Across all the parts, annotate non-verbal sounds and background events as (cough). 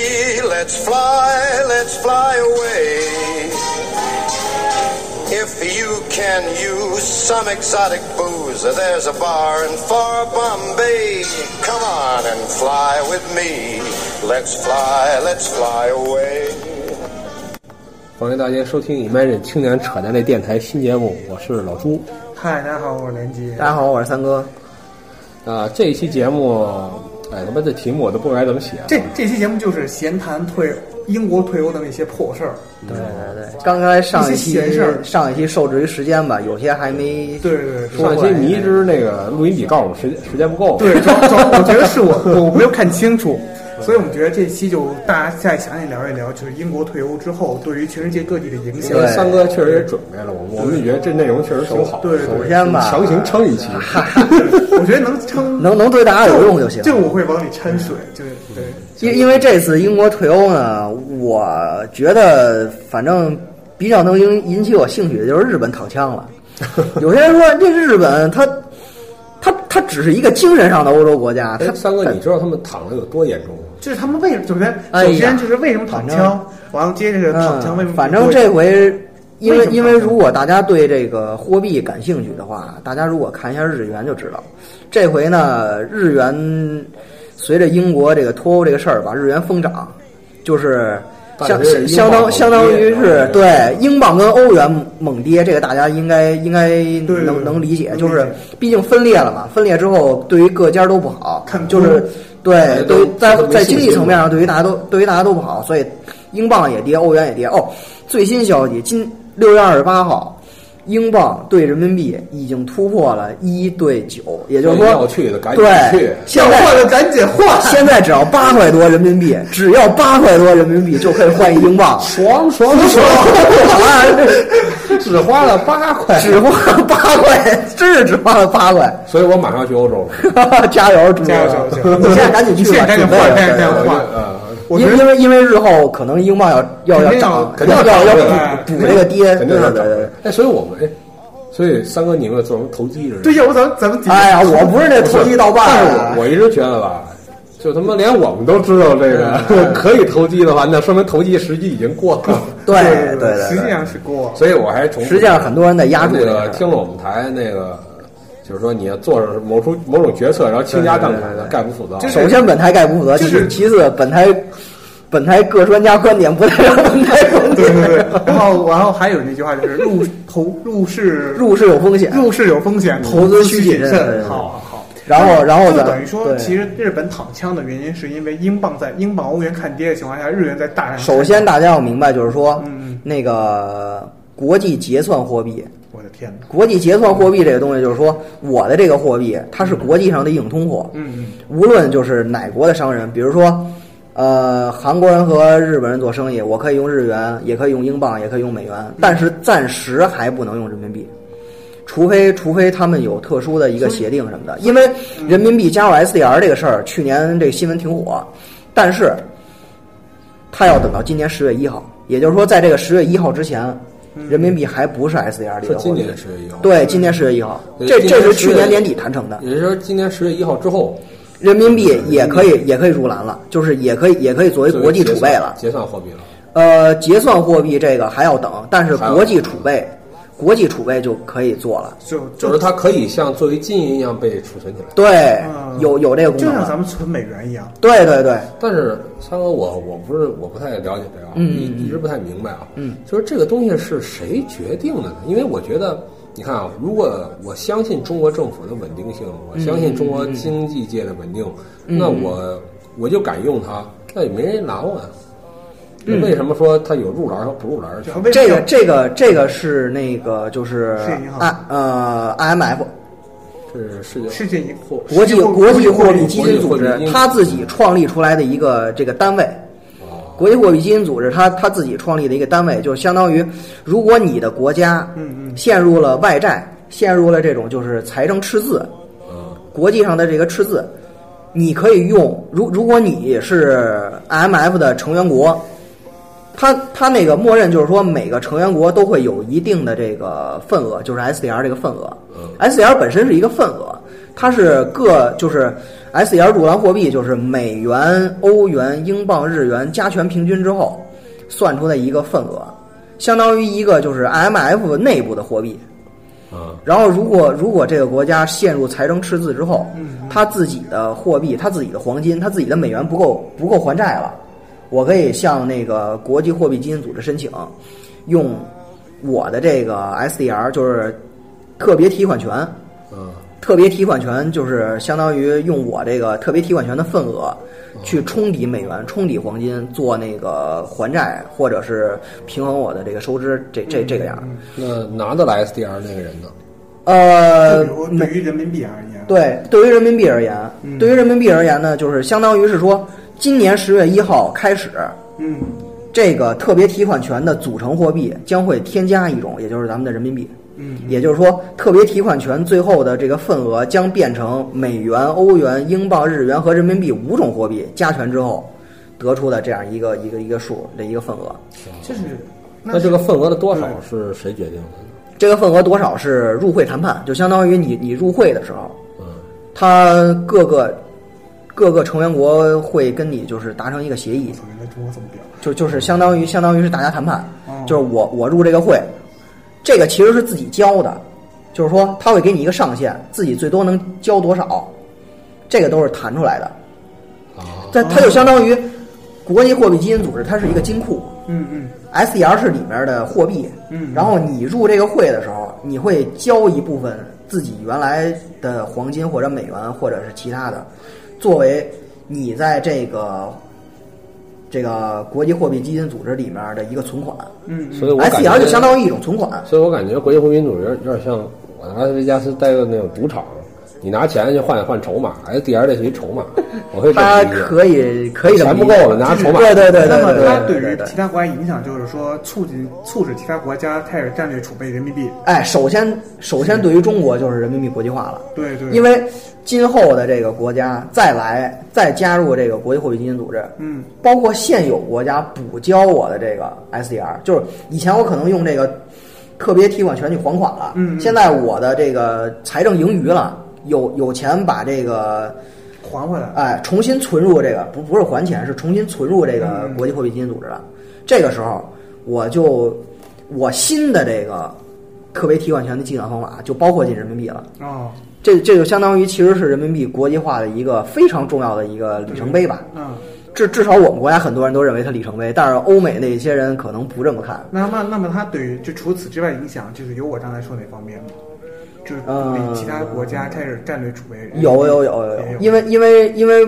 Let's fly, let's fly away. If you can use some exotic booze, there's a bar in far Bombay. Come on and fly with me. Let's fly, let's fly away. 欢迎大家收听《Imagine 青年扯淡类电台》新节目，我是老朱。嗨，大家好，我是连杰。大家好，我是三哥。啊、这一期节目，哎，他妈这题目我都不知道该怎么写了。啊这这期节目就是闲谈退英国退欧的那些破事儿，对哎对对，刚才上一一期些闲事儿上一期受制于时间吧，有些还没对对对说上过期来迷之那个录音笔告诉我们时间时间不够，对，主 (laughs) 要主要我觉得是我 (laughs) 我没有看清楚，所以我们觉得这期就大家再详细聊一聊，就是英国退欧之后对于全世界各地的影响因。为三哥确实也准备了，我我们就觉得这内容确实挺好，对对首先吧，强行撑一 (laughs) 期。我觉得能撑，能能对大家有用就行。嗯这个我会往里掺水，就是对，因因为这次英国退欧呢，我觉得反正比较能引引起我兴趣的就是日本躺枪 (laughs) 了。有些人说这日本它它它只是一个精神上的欧洲国家，哎它三哥，你知道他们躺的有多严重吗？就是他们为首先哎呀首先就是为什么躺枪，完了接着是躺枪为什嗯，么反正这回，因为为什么因为反正如果大家对这个货币感兴趣的话，大家如果看一下日元就知道，这回呢，日元随着英国这个脱欧这个事儿，把日元疯涨，就是但相是相英相镑当相当于猛跌是对英镑跟欧元猛跌，这个大家应该应该对对能能理解，能就理是解毕竟分裂了嘛，分裂之后对于各家都不好看，就空是对家哎对都于呃在都没在信经济心层嘛面。上对于大家都对于大家都不好，所以英镑也跌，欧元也跌。哦，最新消息，今六月二十八号，英镑对人民币已经突破了一对九，也就是要说，去的赶紧去，对，。现要换在的赶紧换，现在只要八块多人民币，只要八块多人民币就可以换一英镑 (laughs) 爽爽爽！ (laughs) 只花了八块，只花了八块，真是只花了八块。 (laughs) 所以我马上去欧洲了。加油，朱哥加油加油加油你现在赶紧去吧，你现在赶紧准备换了赶紧对赶紧对换呃，我因觉为得因为因为日后可能英镑要要肯要定涨，要要肯定要要要涨补补这个跌，肯定对对是对涨对的。。哎，所以我们哎，所以三哥你们做成投机似的。对，要不咱们咱们几个哎呀，我不是那投机倒把但啊，是我我一直觉得吧，就他妈连我们都知道这个 (laughs) 可以投机的话，那说明投机时机已经过了。嗯对对对对实际对，上是过， (laughs) 所以我还重复实际上很多人在压住那这个个事听儿。了我们台那个，就是说你要做着某出某种决策，然后倾家荡产的，概不负责。就是首先，本台概不负责；就其是其次，本台本台各专家观点不代表本台观对对点。对， (laughs) 然后然后还有一句话就是入投入市入市有风险，入市有风险，投投资资需需谨谨慎对对慎。对好好好。然后然后就咱等于说，对其实日本躺枪的原因是因为英镑在英镑欧元看跌的情况下，日元在大量首先大家要明白，就是说嗯嗯那个国际结算货币，我的天哪，国际结算货币这个东西，就是说我的这个货币它是国际上的硬通货，嗯无论就是哪国的商人，比如说，呃，韩国人和日本人做生意，我可以用日元，也可以用英镑，也可以用美元，但是暂时还不能用人民币，除非除非他们有特殊的一个协定什么的。因为人民币加入 SDR 这个事儿，去年这个新闻挺火，但是他要等到今年十月一号，也就是说，在这个十月一号之前，人民币还不是 SDR 里说的货今币年。十月一号，，对，今年十月一号，对这今这年10是去月年年底谈成的。也就是说今年十月一号之后人民币也可以也可以入篮了，就是也可以也可以作为作为国际结储备算了。结算货币了。呃，结算货币这个还要等，但是国际储备，国际储备就可以做了。就就是就它可以像作为金银一样被储存起来。对，嗯有有这个功就能像咱了。们存美元一样，对对对，但是三哥，我我不是我不太了解这个啊，嗯一嗯一直不太明白啊。嗯，就是这个东西是谁决定的呢？因为我觉得，你看啊，如果我相信中国政府的稳定性，嗯我相信中国经济界的稳定，那我我就敢用它，那也没人拦我呀。嗯那为什么说它有入栏和不入栏啊的区就别？为这个这个这个是那个就是世界银行啊呃 IMF 是世界世界银货国际世界货国际货币基国际金货组币织基金他自己创立出来的一个这个单位。啊，国际货币基金组织它它自己创立的一个单位，就相当于，如果你的国家嗯嗯陷入了外债，陷入了这种就是财政赤字，嗯，国际上的这个赤字，你可以用，如如果你是 IMF 的成员国，它它那个默认就是说每个成员国都会有一定的这个份额，就是 SDR 这个份额嗯。 SDR 本身是一个份额，它是各就是 SDR 入栏货币就是美元、欧元、英镑、日元加权平均之后算出的一个份额，相当于一个就是 IMF 内部的货币。啊，然后，如果如果这个国家陷入财政赤字之后，嗯他自己的货币、他自己的黄金、他自己的美元不够不够还债了，我可以向那个国际货币基金组织申请，用我的这个 SDR，就是特别提款权。嗯，特别提款权就是相当于用我这个特别提款权的份额去冲抵美元、冲抵黄金，做那个还债或者是平衡我的这个收支，这这这个样儿。嗯那拿得来 SDR 那个人呢？就呃，比如对于人民币而言，对，对于人民币而言，对于人民币而言呢，就是相当于是说，今年十月一号开始，嗯，这个特别提款权的组成货币将会添加一种，也就是咱们的人民币。嗯，也就是说，特别提款权最后的这个份额将变成美元、欧元、英镑、日元和人民币五种货币加权之后得出的这样一个一个一个数的一个份额。这是那这个份额的多少是谁决定的呢？这个份额多少是入会谈判，就相当于你你入会的时候，嗯，他各个各个成员国会跟你就是达成一个协议，怎么来中国怎么表？就就是相当于相当于是大家谈判哦，就是我我入这个会，这个其实是自己交的，就是说他会给你一个上限，自己最多能交多少，这个都是谈出来的。啊，但它就相当于国际货币基金组织，它是一个金库嗯嗯，SDR E 是里面的货币，嗯然后你入这个会的时候，你会交一部分自己原来的黄金或者美元或者是其他的，作为你在这个这个国际货币基金组织里面的一个存款。嗯所以我感 SDR 觉哎就相当于一种存款，所以我感觉国际货币组织有点像我拿维加斯待个那种赌场，你拿钱去换换筹码，SDR 哎类似于筹码，我会这么它理解可以可以这么啊钱不理够解了，拿筹码。对对对那对么对它对于对对其。他国家影响就是说，促进促使其他国家开始战略储备人民币。哎，首先首先对于中国就是人民币国际化了。对对，因为为今后的这个国家再来再加入这个国际货币基金组织，嗯，包括现有国家补交我的这个 SDR，就是以前我可能用这个特别提款权去还款了，嗯嗯现在我的这个财政盈余了，有有钱把这个还回来。哎重新存入这个不不是还钱，是重新存入这个嗯嗯国际货币基金组织了。这个时候我就我新的这个特别提款权的计算方法就包括进人民币了。哦，这这就相当于其实是人民币国际化的一个非常重要的一个里程碑吧。嗯，至至少我们国家很多人都认为它里程碑，但是欧美那些人可能不这么看。那么那么它对于就除此之外影响，就是有我刚才说那方面吗？就是鼓励其他国家开始战略储备人民币。呃有有有有也有，有因为因为因为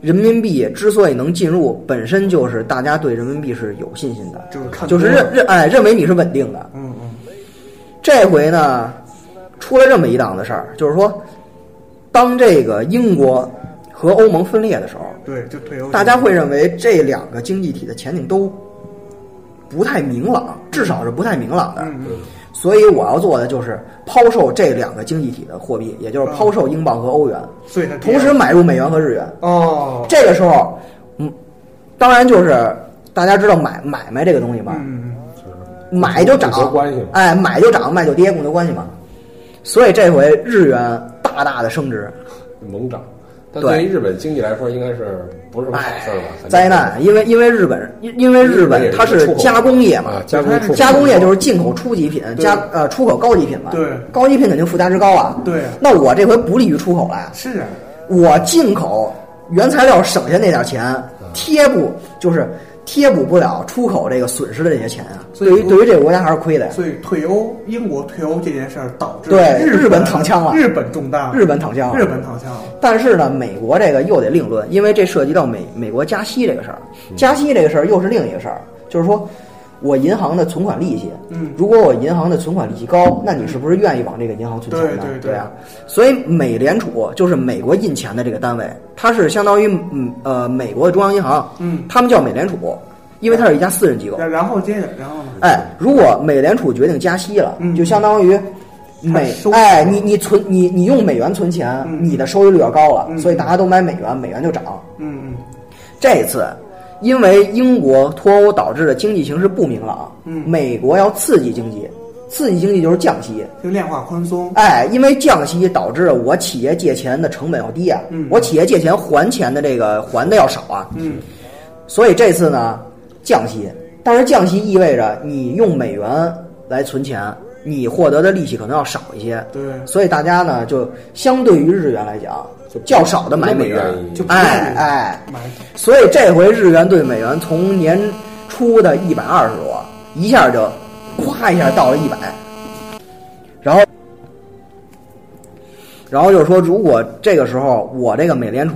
人民币之所以能进入，本身就是大家对人民币是有信心的，就是看就是多了认认哎认为你是稳定的。嗯嗯这回呢，出了这么一档子事儿，就是说，当这个英国和欧盟分裂的时候，对，就退欧。大家会认为这两个经济体的前景都不太明朗，至少是不太明朗的。嗯嗯所以我要做的就是抛售这两个经济体的货币，也嗯就是抛售英镑和欧元，所以它同时买入美元和日元。哦，这个时候，嗯，当然就是大家知道买买卖这个东西嘛，嗯买就供求涨，关系嘛哎，买就涨，卖就跌，供求关系嘛。所以这回日元大大的升值，猛涨。但对对于日本经济来说，应该是不是什么好事儿吧？咱哎灾难，因为因为日本，因因为日也本是它是出口加工业嘛啊，加工出口加工业就是进口初级品，对加呃出口高级品嘛，对高级品肯定附加值高啊，对那我这回不利于出口了呀，是啊，我进口原材料省下那点钱，贴补就是贴补不了出口这个损失的这些钱啊，所对以于对于这个国家还是亏的呀，所以退欧，英国退欧这件事儿导致对日日本躺枪了日本中弹了，日本躺枪了日本躺枪了。但是呢，美国这个又得另论，因为这涉及到美美国加息这个事儿。嗯加息这个事儿又是另一个事儿，就是说我银行的存款利息，嗯如果我银行的存款利息高，那你是不是愿意往这个银行存钱呢？对对对啊，所以美联储就是美国印钱的这个单位，它是相当于嗯呃美国的中央银行，嗯他们叫美联储，因为它是一家私人机构。然然后接着，然后呢？哎，如果美联储决定加息了，嗯就相当于它美收哎，你你存你你用美元存钱，嗯你的收益率要高了，嗯所以大家都买美元，美元就涨。嗯这次因为英国脱欧导致的经济形势不明朗，嗯美国要刺激经济，刺激经济就是降息。就量化宽松，哎，因为降息导致我企业借钱的成本要低啊，嗯我企业借钱还钱的这个还的要少啊，嗯，所以这次呢降息，但是降息意味着你用美元来存钱，你获得的利息可能要少一些，对所以大家呢就相对于日元来讲，较少的买美元就不愿意，就不愿哎意哎，买所以这回日元对美元从年初的一百二十多，一下就咵一下到了一百，然后，然后就是说，如果这个时候我这个美联储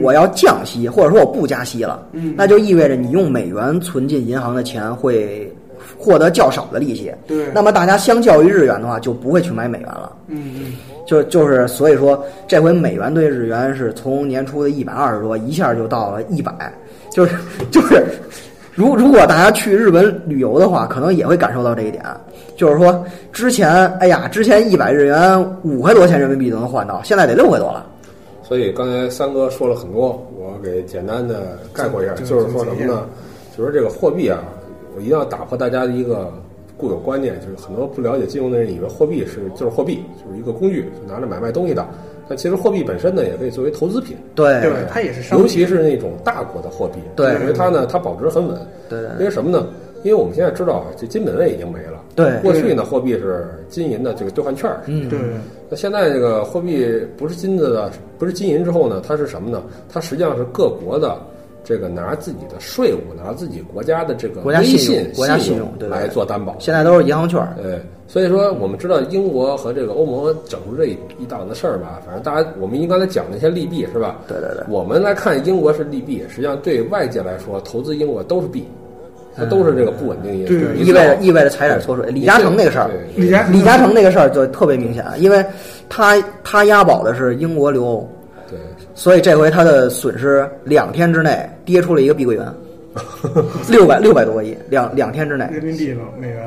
我要降息，或者说我不加息了，嗯那就意味着你用美元存进银行的钱会获得较少的利息，对那么大家相较于日元的话，就不会去买美元了。嗯就就是所以说，这回美元对日元是从年初的一百二十多，一下就到了一百，就是就是，如如果大家去日本旅游的话，可能也会感受到这一点，就是说之前哎呀，之前一百日元五块多钱人民币都能换到，现在得六块多了。所以刚才三哥说了很多，我给简单的概括一下，总就是说什么总结一呢下？就是这个货币啊，我一定要打破大家的一个固有观念，就是很多不了解金融的人以为货币是就是货币，就是一个工具，是拿来买卖东西的。但其实货币本身呢，也可以作为投资品，对对它也是商品啊尤其是那种大国的货币，对因为它呢，它保值很稳，对对对因为什么呢？因为我们现在知道啊，这金本位已经没了，对过去呢，货币是金银的这个兑换券儿，嗯嗯，对，那现在这个货币不是金子的，不是金银之后呢，它是什么呢？它实际上是各国的这个拿自己的税务、拿自己国家的这个国家微信信用国家信信用对对来做担保。现在都是银行券儿，对，所以说我们知道英国和这个欧盟整出这一一档子事儿吧，反正大家我们刚才讲那些利弊是吧？对对对我们来看英国是利弊，实际上对外界来说，投资英国都是弊，它都是这个不稳定因素，对你嗯意知道味着意味着财产缩水。李嘉诚那个事儿，对李嘉诚李嘉诚那个事儿就特别明显，因为他他押宝的是英国留欧。对。所以这回他的损失两天之内跌出了一个碧 (laughs) 桂园，六百六百多个亿，两两天之内人民币了，美元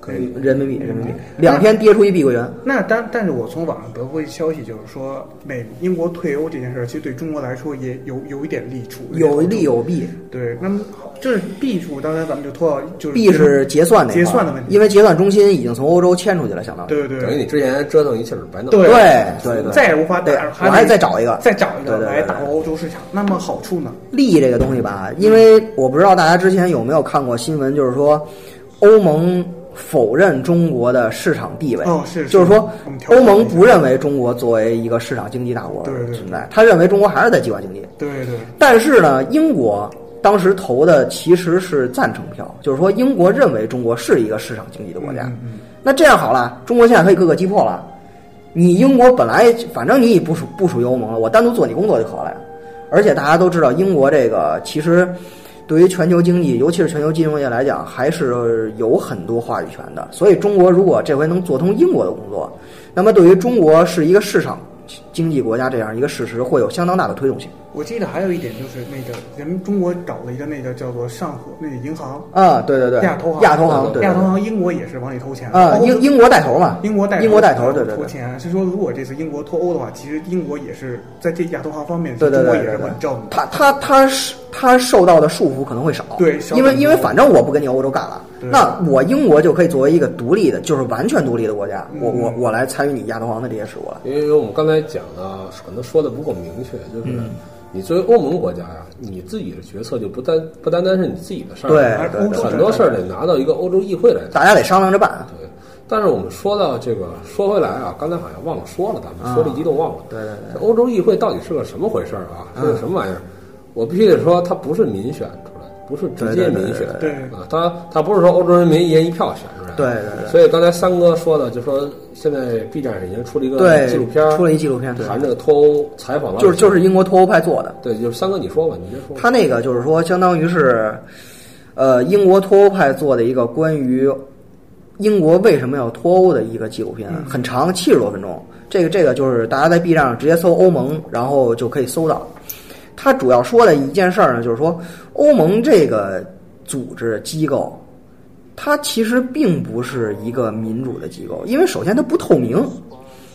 可以人民币人民币两天跌出一碧桂园，那但但是我从网上得过一消息，就是说美英国退欧这件事儿，其实对中国来说也有有一点利处，有一点好处利。有弊，对，那么好就是弊处，刚才咱们就拖到就是弊是结算那块儿结算的问题，因为结算中心已经从欧洲迁出去了，相当于对对等于你之前折腾一气儿白弄，对对对，再也无法打对入它我还那再找一个再找一个对对对来对打入欧洲市场。那么好处呢？利这个东西吧，因为我不知道大家之前有没有看过新闻，就是说欧盟否认中国的市场地位。哦是是就是说我们调欧整盟一下不认为中国作为一个市场经济大国对对对存在，他认为中国还是在计划经济。对对但是呢，英国当时投的其实是赞成票，就是说英国认为中国是一个市场经济的国家。嗯嗯那这样好了，中国现在可以各个击破了。你英国本来反正你也不属不属于欧盟了，我单独做你工作就可了呀。而且大家都知道，英国这个其实对于全球经济，尤其是全球金融业来讲，还是有很多话语权的。所以中国如果这回能做通英国的工作，那么对于中国是一个市场经济国家这样一个事实，会有相当大的推动性。我记得还有一点就是那个，咱们中国找了一个那个叫做上合那个银行，啊，对对对，亚投行，亚投行，对亚对投对行，英国也是往里投钱啊，包括英英国带头嘛，英国带英国带头，对对投对，钱啊是说，如果这次英国脱欧的话，其实英国也是在这亚投行方面，对对中国对也对是对稳挣，的。他他他是他受到的束缚可能会少，对少因为很多因为反正我不跟你欧洲干了，对那我英国就可以作为一个独立的，就是完全独立的国家，我嗯我我来参与你亚投行的这些事务了，因为我们刚才讲呢，可能说的不够明确，就是你作为欧盟国家呀、你自己的决策就不单不单单是你自己的事儿，对对欧洲很多事儿得拿到一个欧洲议会来做。大家得商量着办，啊对，呃但是我们说到这个，说回来啊，刚才好像忘了说了，咱们说了一激动忘了。啊对对对嗯这欧洲议会到底是个什么回事儿啊？是个什么玩意儿？我必须得说，它不是民选出来的，不是直接对对对民选，对对啊，它它不是说欧洲人民一人一票选出来的，对对对所以刚才三哥说的，就说现在 B 站上已经出了一个对纪录片儿，出了一纪录片对谈这个脱欧采访了，嗯就是就是英国脱欧派做的，对，就是三哥你说吧，你先说吧。他那个就是说，相当于是，呃，英国脱欧派做的一个关于英国为什么要脱欧的一个纪录片，很长，七十多分钟。这个这个就是大家在 B 站上直接搜欧盟，然后就可以搜到。他主要说的一件事儿呢，就是说欧盟这个组织机构，它其实并不是一个民主的机构，因为首先它不透明，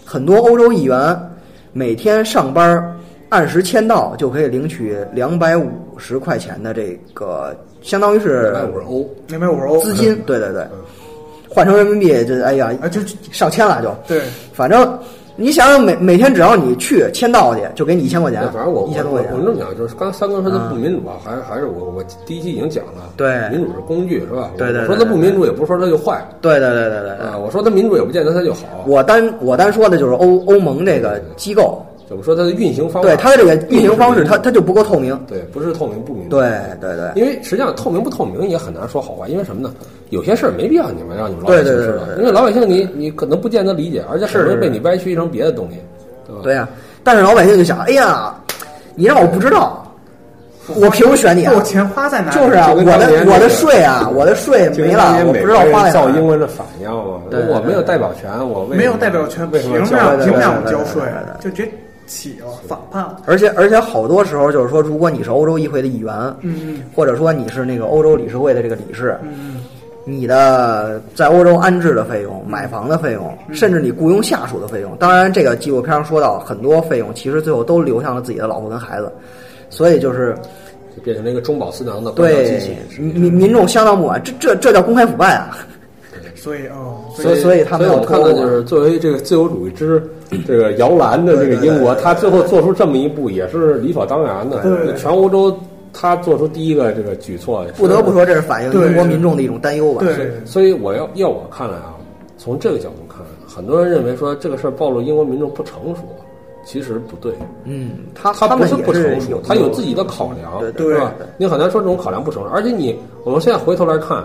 很多欧洲议员每天上班儿按时签到就可以领取两百五十块钱的这个，相当于是哎，我是欧，那边我说资金，对对对。换成人民币就哎呀啊，就上千了就。对， (laughs) 反正你想想每每天只要你去签到去，就给你一千块钱对，反正我我一千多块我钱我。这么讲，就是刚才三哥说他不民主啊，还还是我我第一期已经讲了，对民主是工具是吧？对对对我说他不民主也不是说他就坏对对对对对对。啊，我说他民主也不见得他就好，我单我单说的就是欧欧盟这个机构，怎么说它的运行哦方法？对它的这个运行方式，并不它是它就不够透明。对不是透明不明白。对对对嗯因为实际上透明不透明也很难说好坏，因为什么呢？有些事儿没必要你们让你们老百姓对对知对道对，对因为老百姓你你可能不见得理解，而且很容易是被你歪曲成别的东西，对吧？对呀、但是老百姓就想，哎呀，你让我不知道，我凭什么选你啊那？我钱花在哪里？就是啊，就我跟当年的那个我的税啊，我的税就没跟了当，年我不美知国道人花在哪造英儿。文的反样嘛，对对对我没有代表权，我为没有代表权，为什凭么要交什么对对凭什么对我对交对税对对？对就直接起了反叛。而且而且好多时候就是说，如果你是欧洲议会的议员，嗯或者说你是那个欧洲理事会的这个理事，嗯你的在欧洲安置的费用、买房的费用，甚至你雇佣下属的费用。当然，这个纪录片上说到，很多费用其实最后都流向了自己的老婆跟孩子，所以就是就变成了一个中饱私囊的官僚机器对。民民众相当不满，这这这叫公开腐败啊！嗯，所以哦，所以所以他们所以要我看脱到欧就啊。是作为这个自由主义 (clears throat) 之这个摇篮的这个英国，他最后做出这么一步也是理所当然的。对全欧洲他做出第一个这个举措，不得不说，这是反映对英国民众的一种担忧吧。对是。所以我要要我看来啊，从这个角度看，很多人认为说这个事儿暴露英国民众不成熟，其实不对。嗯，他他不们是也不成是熟，他有自己的考量，对对是吧对？你很难说这种考量不成熟。而且你，我们现在回头来看，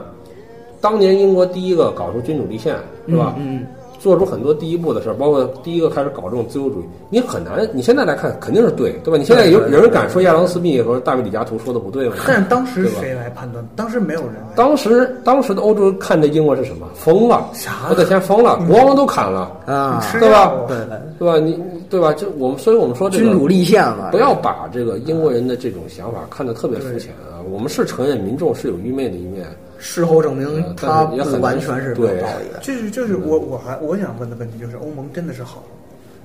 当年英国第一个搞出君主立宪，是吧？嗯，做出很多第一步的事儿，包括第一个开始搞这种自由主义，你很难。你现在来看，肯定是对，对吧？你现在有对对对有人敢说亚当斯密和大卫李嘉图说的不对吗？但是当时对吧谁来判断？当时没有人来。当时当时的欧洲看这英国是什么？疯了！啥我的天，疯了！国王都砍了，嗯啊，吃对吧药对对，对吧？你对吧？这我们，所以我们说这个君主立宪嘛，不要把这个英国人的这种想法看得特别肤浅啊！我们是承认民众是有愚昧的一面，事后证明呃他但是也不很完难全是没对有道理的。就是就是我我还我想问的问题就是欧盟真的是好吗？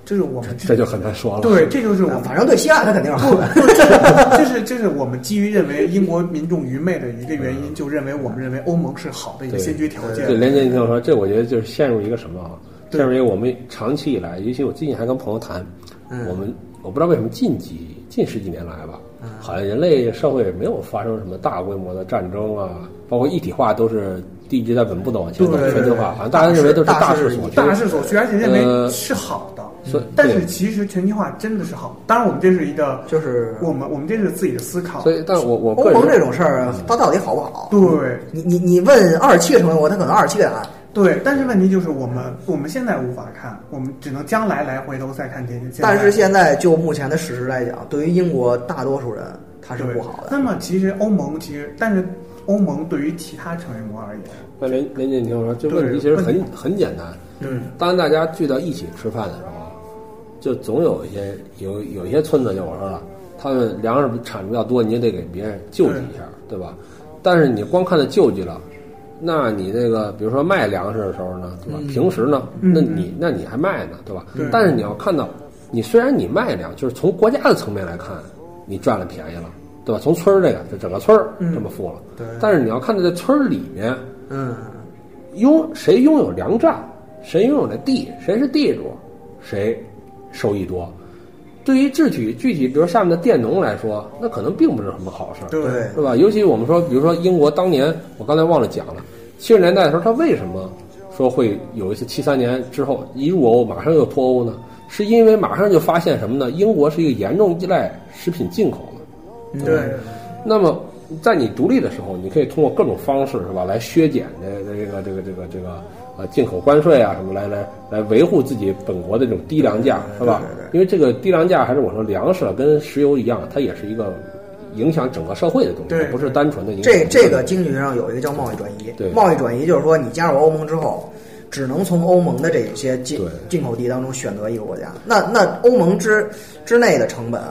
就是我们这就很难说了。对，这就是我们反正对希腊他肯定是好的。 (laughs) 这是这是我们基于认为英国民众愚昧的一个原因，就认为我们认为欧盟是好的一个嗯对先决条件对，。连杰，你听我说，这我觉得就是陷入一个什么啊？对陷入一个我们长期以来，尤其我最近还跟朋友谈，我们我不知道为什么近几近十几年来吧，好像人类社会没有发生什么大规模的战争啊，包括一体化都是地级在稳步的往前走，对全球化，好像大家认为都是大大势势已所趋，大势所趋，而且认为呃是好的。嗯所以但是对其实全球化真的是好，当然我们这是一个，就是我们我们这是自己的思考。所以，但我我欧个人盟这种事儿，它到底好不好？对你你你问二十七个成员国，他可能二十七个答案。对，但是问题就是我们我们现在无法看，我们只能将来来回头再看这些。但是现在就目前的事实来讲，对于英国大多数人，它是对不好的。那么其实欧盟其实，但是欧盟对于其他成员国而言，啊那连连姐，你听我说，这对问题其实问很题很简单。嗯，当大家聚到一起吃饭的时候，就总有一些有有一些村子就我说了，他们粮食产出要多，你也得给别人救济一下，对吧？但是你光看到救济了，那你那个比如说卖粮食的时候呢，对吧？平时呢，嗯那你那你还卖呢，对吧？对但是你要看到，你虽然你卖粮，就是从国家的层面来看，你占了便宜了，对吧？从村儿这个，就整个村儿嗯这么富了，对但是你要看到这村儿里面。嗯，拥谁拥有粮站，谁拥有的地，谁是地主，谁收益多。对于具体具体，比如下面的佃农来说，那可能并不是什么好事儿，对是吧？尤其我们说，比如说英国当年，我刚才忘了讲了，七十年代的时候，它为什么说会有一次七三年之后一入欧马上就脱欧呢？是因为马上就发现什么呢？英国是一个严重依赖食品进口的，嗯对那么在你独立的时候，你可以通过各种方式是吧，来削减这这个这个这个这个呃进口关税啊什么来来来维护自己本国的这种低粮价是吧？因为这个低粮价还是我说粮食啊跟石油一样，它也是一个影响整个社会的东西，对它不是单纯的影响这个这个经济学上有一个叫贸易转移对。贸易转移就是说，你加入欧盟之后，只能从欧盟的这些进对进口地当中选择一个国家。那那欧盟之之内的成本，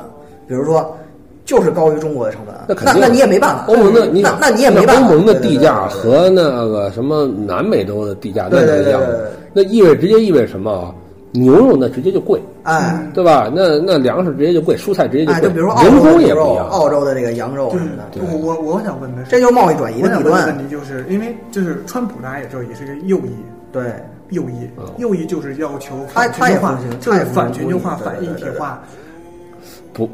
比如说。就是高于中国的成本，那那肯定那你也没办法。欧盟的，你那想那你也没办法。欧盟的地价对对对对对和那个什么南美洲的地价那对不对一样对对对，那意味直接意味着什么啊？牛肉呢直接就贵，哎，对吧？那那粮食直接就贵，蔬菜直接就哎，贵，就比如说澳人洲的工也牛不一肉、样。澳洲的这个羊肉就什是么的，我我我想问的是，这就是贸易转移我的想弊问的问端。题就是因为就是川普大家也知道，也是一个右翼，对，右翼嗯，右翼就是要求他反全球他化也反全，就是他也反不全球化、对反一对对体对化。不，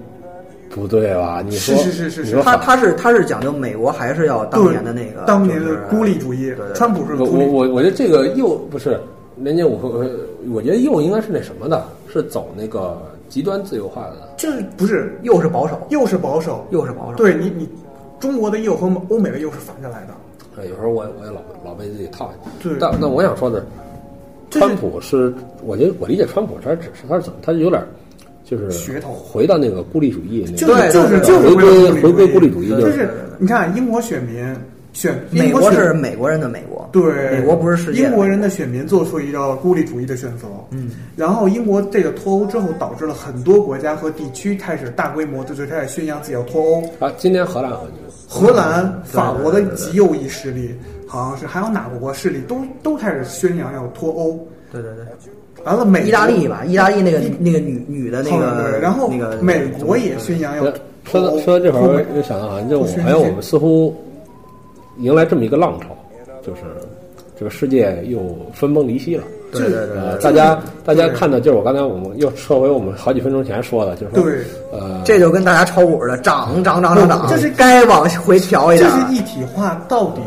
不对吧？你说是是是是你说他反他是他是讲究美国还是要当对年的那个当年就的是孤立主义对对，对川普是我孤我立，我我觉得这个右不是人家我我我觉得右应该是那什么的，是走那个极端自由化的。就是不是又是保守又是保守，又是保守，对你你中国的右和欧美的右是反着来的，呃有时候我我也老老被自己套进去对。但那我想说的这是，川是普是我觉得我理解川普他只是他是怎么他是有点儿就是噱头回到那个孤立主义那就个对是就是对对就是回归回回归孤立主义就就是是你看英国选民选英美国选是美国人的美国，对，美国不是世界的英国人的选民做出一个孤立主义的选择，嗯，然后英国这个脱欧之后，导致了很多国家和地区开始大规模的就开始宣扬自己要脱欧，嗯啊，今天荷兰和你荷兰、法国的极右翼势力，好像是还有哪个国势力都都开始宣扬要脱欧，对对对，完了美国意大利吧，意大利那个那个女女的那后面个对，然后那个美国也宣扬要说脱到欧，说到这会脱美儿，又想到啊，就我哎不宣好像我誓们似乎迎来这么一个浪潮，就是这个世界又分崩离析了。对对对对呃，对，大家大家看到就是我刚才我们又撤回我们好几分钟前说的，就是说对呃，这就跟大家炒股似的，涨涨涨涨涨，这是该往回调一这点。是一体化到底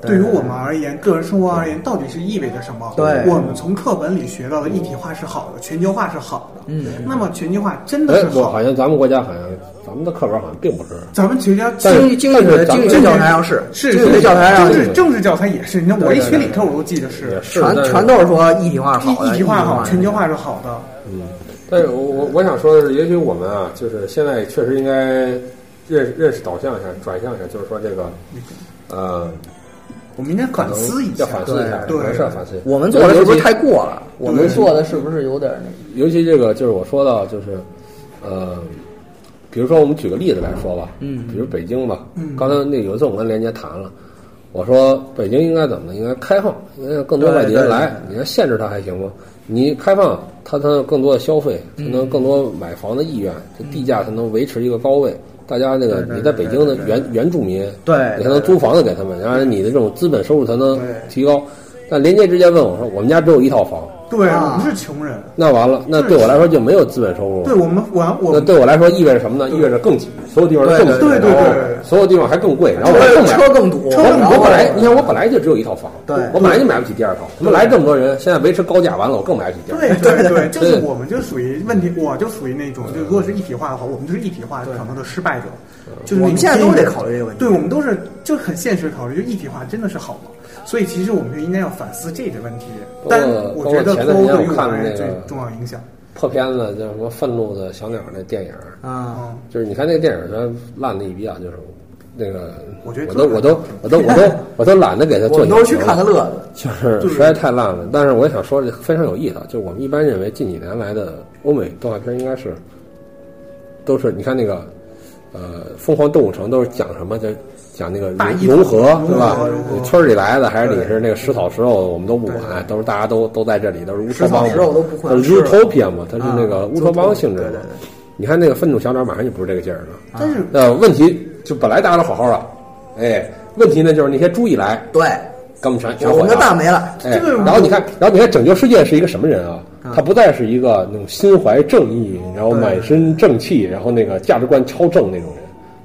对于我们而言，个人生活而言，到底是意味着什么？对我们从课本里学到的一体化是好的，全球化是好的。嗯，那么全球化真的哎是，我好好的？像咱们国家好像咱们的课本好像并不是咱们全家但是经济经济但学是咱经济们学教材上是是经济学教材上政是治政治教材也是。你看我一啊对对学对理科，我都记得是也是全但是全都是说一体化是一好的，一体化好，是全球化是好的。但是我我我想说的是，也许我们啊，就是现在确实应该认认识导向一下，转向一下，就是说这个呃，我们应该可反能思一下要，反思一下，对可能是要反思一下。我们做的尤其是不是太过了？我们对做的是不是有点儿那尤其这个就是我说到就是，呃，比如说我们举个例子来说吧，嗯，比如北京吧，嗯，刚才那有一次我跟连杰谈了，我说北京应该怎么呢？应该开放，应该让更多外地人来，你要限制它还行吗？你开放，它才能更多的消费，才能更多买房的意愿，这地价才能维持一个高位。大家那个你在北京的原原住民，对你才能租房子给他们，然后你的这种资本收入才能对提高。但连杰之前问我说，我们家只有一套房，对啊我们是穷人，那完了，那对我来说就没有资本收入。对我们我我那们对我来说意味着什么呢？意味着更挤，所有地方都更挤，对对对对然后对所有地方还更贵，然后我还个？更买。车更多，车更然多后我本来，你看我本来就只有一套房，对我本来就买不起第二套。他们来这么多人，现在维持高价完了，我更买不起第二套。对对对，就对嗯是我们就属于问题，我就属于那种，就如果是一体化的话，我们就是一体化可能的失败者，就是那种我们现在都偏得见考虑这个问题对，我们都是就很现实考虑，就一体化真的是好吗？所以其实我们就应该要反思这个问题。包括但我觉得包括前脱段时间欧对于我我看们而那言个最重要影响。破片子叫什么《愤怒的小鸟》那电影，啊，嗯，就是你看那个电影虽然烂的一逼啊，就是那个，我觉得都我都我都我都我都懒得给他我做影们评了。都是去看个乐子。就是实在太烂了。但是我也想说，这非常有意思啊。就我们一般认为近几年来的欧美动画片应该是都是你看那个呃《疯狂动物城》都是讲什么？就讲那个大一统融合融合对吧融合？村儿里来的还是你是那个食草食肉的，我们都不管，都是大家都都在这里，都是乌托邦嘛。食草食肉都不会吃 utopia 嘛，它是那个啊乌托邦性质对嘛对对。啊你看那个愤怒小鸟马上就不是这个劲儿了。但是那问题就本来大家都好好的，哎，问题呢就是那些猪一来，对，给我们全全我毁们的了。蛋没了。哎这个，然后你看，然后你看，拯救世界是一个什么人啊？他不再是一个那种心怀正义，然后满身正气，然后那个价值观超正那种人。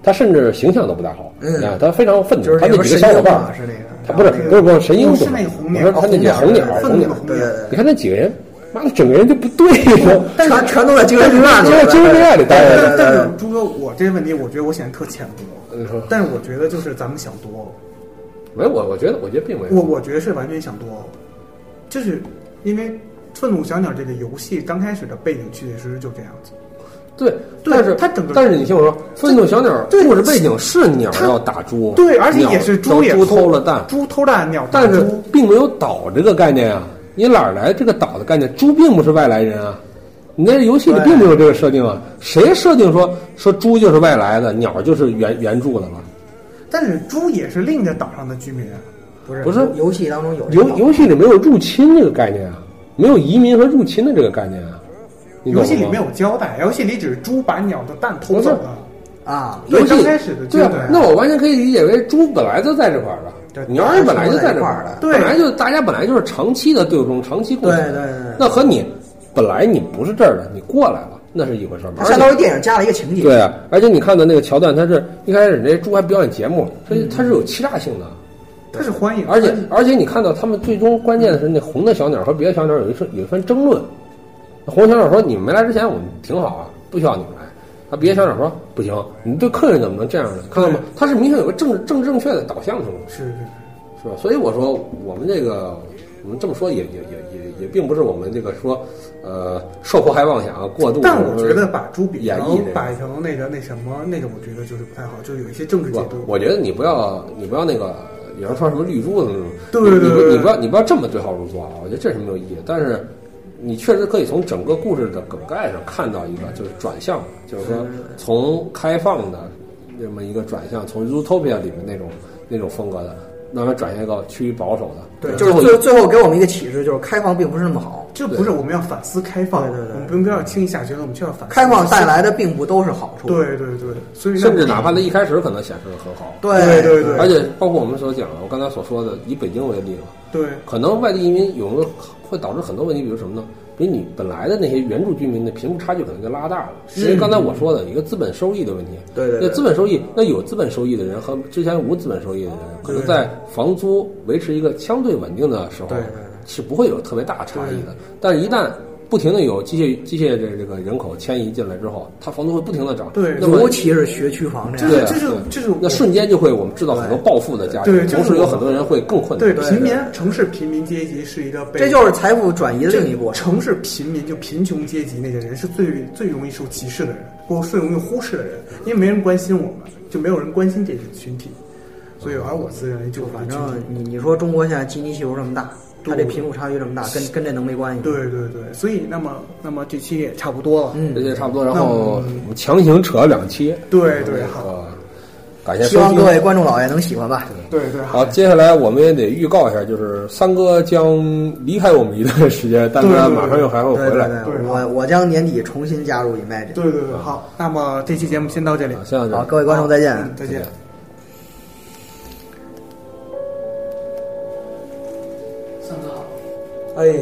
他甚至形象都不大好，嗯啊，他非常愤就怒。是他那那个几个神小伙鹰伴嘛，儿，是那个，他不是不是不是神鹰不不是那个红鸟我说他那几个哦红红鸟鸟红鸟，红对对对你看那几个人，妈的，整个人就不对了，对，全全都在精神之外就在精神之外里待但着。是但是朱哥，我这个问题，我觉得我显得特浅薄，你说但是我觉得就是咱们想多了。没，我我觉得我觉得并没我有。我觉得是完全想多了，就是因为《愤怒小鸟》这个游戏刚开始的背景确确实实就这样子，对，对但是他整个但是你听我说，愤怒小鸟对故事背景是鸟要打猪，对，而且鸟也是小猪也猪偷了蛋，猪偷蛋，鸟打但是猪并没有岛这个概念啊，你哪儿来这个岛的概念？猪并不是外来人啊，你那游戏里并没有这个设定啊。谁设定说说猪就是外来的，鸟就是原原住的了？但是猪也是另一个岛上的居民啊，不是不是游戏当中有这游个游戏里没有入侵这个概念啊。没有移民和入侵的这个概念啊。你懂游吗戏里没有交代，游戏里只是猪把鸟的蛋偷走了。啊，对游戏刚开始的阶对段啊，那我完全可以理解为猪本来就在这块儿对了，鸟儿本来就在这块儿了，对本来就大家本来就是长期的对冲，长期共存。对对对对那和你本来你不是这儿的，你过来了，那是一回事儿嘛。它相当于电影加了一个情节。对啊，而且你看的那个桥段，它是一开始那猪还表演节目，它它是有欺诈性的。它是欢迎，而且而且你看到他们最终关键的是那红的小鸟和别的小鸟有一次有一番争论，红小鸟说你们没来之前我们挺好啊，不需要你们来。啊，别的小鸟说不行，你对客人怎么能这样呢？看到吗？它是明显有个政治政治正确的导向性的，是是是吧？所以我说我们这个我们这么说也也也也也并不是我们这个说呃受迫害妄想啊过度。但我觉得把猪比演成绎这个。摆成那个那什么那个，我觉得就是不太好，就是有一些政治解不读。，我觉得你不要，你不要那个，有人说什么绿珠子那种，对对你对不对你不要，你不要这么对号入座啊！我觉得这是没有意义的。但是，你确实可以从整个故事的梗概上看到一个就是转向，就是说从开放的这么一个转向，从 Zootopia 里面那种那种风格的，慢慢转向一个趋于保守的。对，就最是后最最后给我们一个启示，就是开放并不是那么好，这不是我们要反思开放，对对对我们不要轻易下结论，我们就要反思开放带来的并不都是好处。对对对，所以甚至哪怕怕它一开始可能显示的很好，对对对而且包括我们所讲的，我刚才所说的，以北京为例了。对可能外地移民有时候会导致很多问题，比如什么呢？比如你本来的那些原住居民的贫富差距可能就拉大了。嗯因为刚才我说的一个资本收益的问题，对对对那资本收益，那有资本收益的人和之前无资本收益的人，可能在房租维持一个相对稳定的时候对对对，是不会有特别大的差异的。但是，一旦不停的有机械机械这这个人口迁移进来之后，它房租会不停的涨。对那么尤其是学区房这对样。啊这是对这是我那瞬间就会我们制造很多暴富的家对庭，这同是时有我很多人会更困难对。平民城市平民阶级是一个被这就是财富转移的另一步。城市平民就贫穷阶级那些人是最最容易受歧视的人，或最容易忽视的人，因为没人关心我们，就没有人关心这个群体。所以，而我自认为就反反正你你说中国现在基尼系数这么大，它这对贫富差距这么大，跟跟这能没关系？对对对，所以那么那么这期也差不多了。嗯这些差不多，然那后我我们强行扯了两期。对对那好，个感谢希收望听各。位观众老爷能喜欢吧。对对好好，，接下来我们也得预告一下，就是三哥将离开我们一段时间，但对他对对马上又还会对回对来。对，对我我将年底重新加入 Imagine。对对对好，那么这期节目先到这里啊，，现在就好，各位观众再见。嗯再见。哎。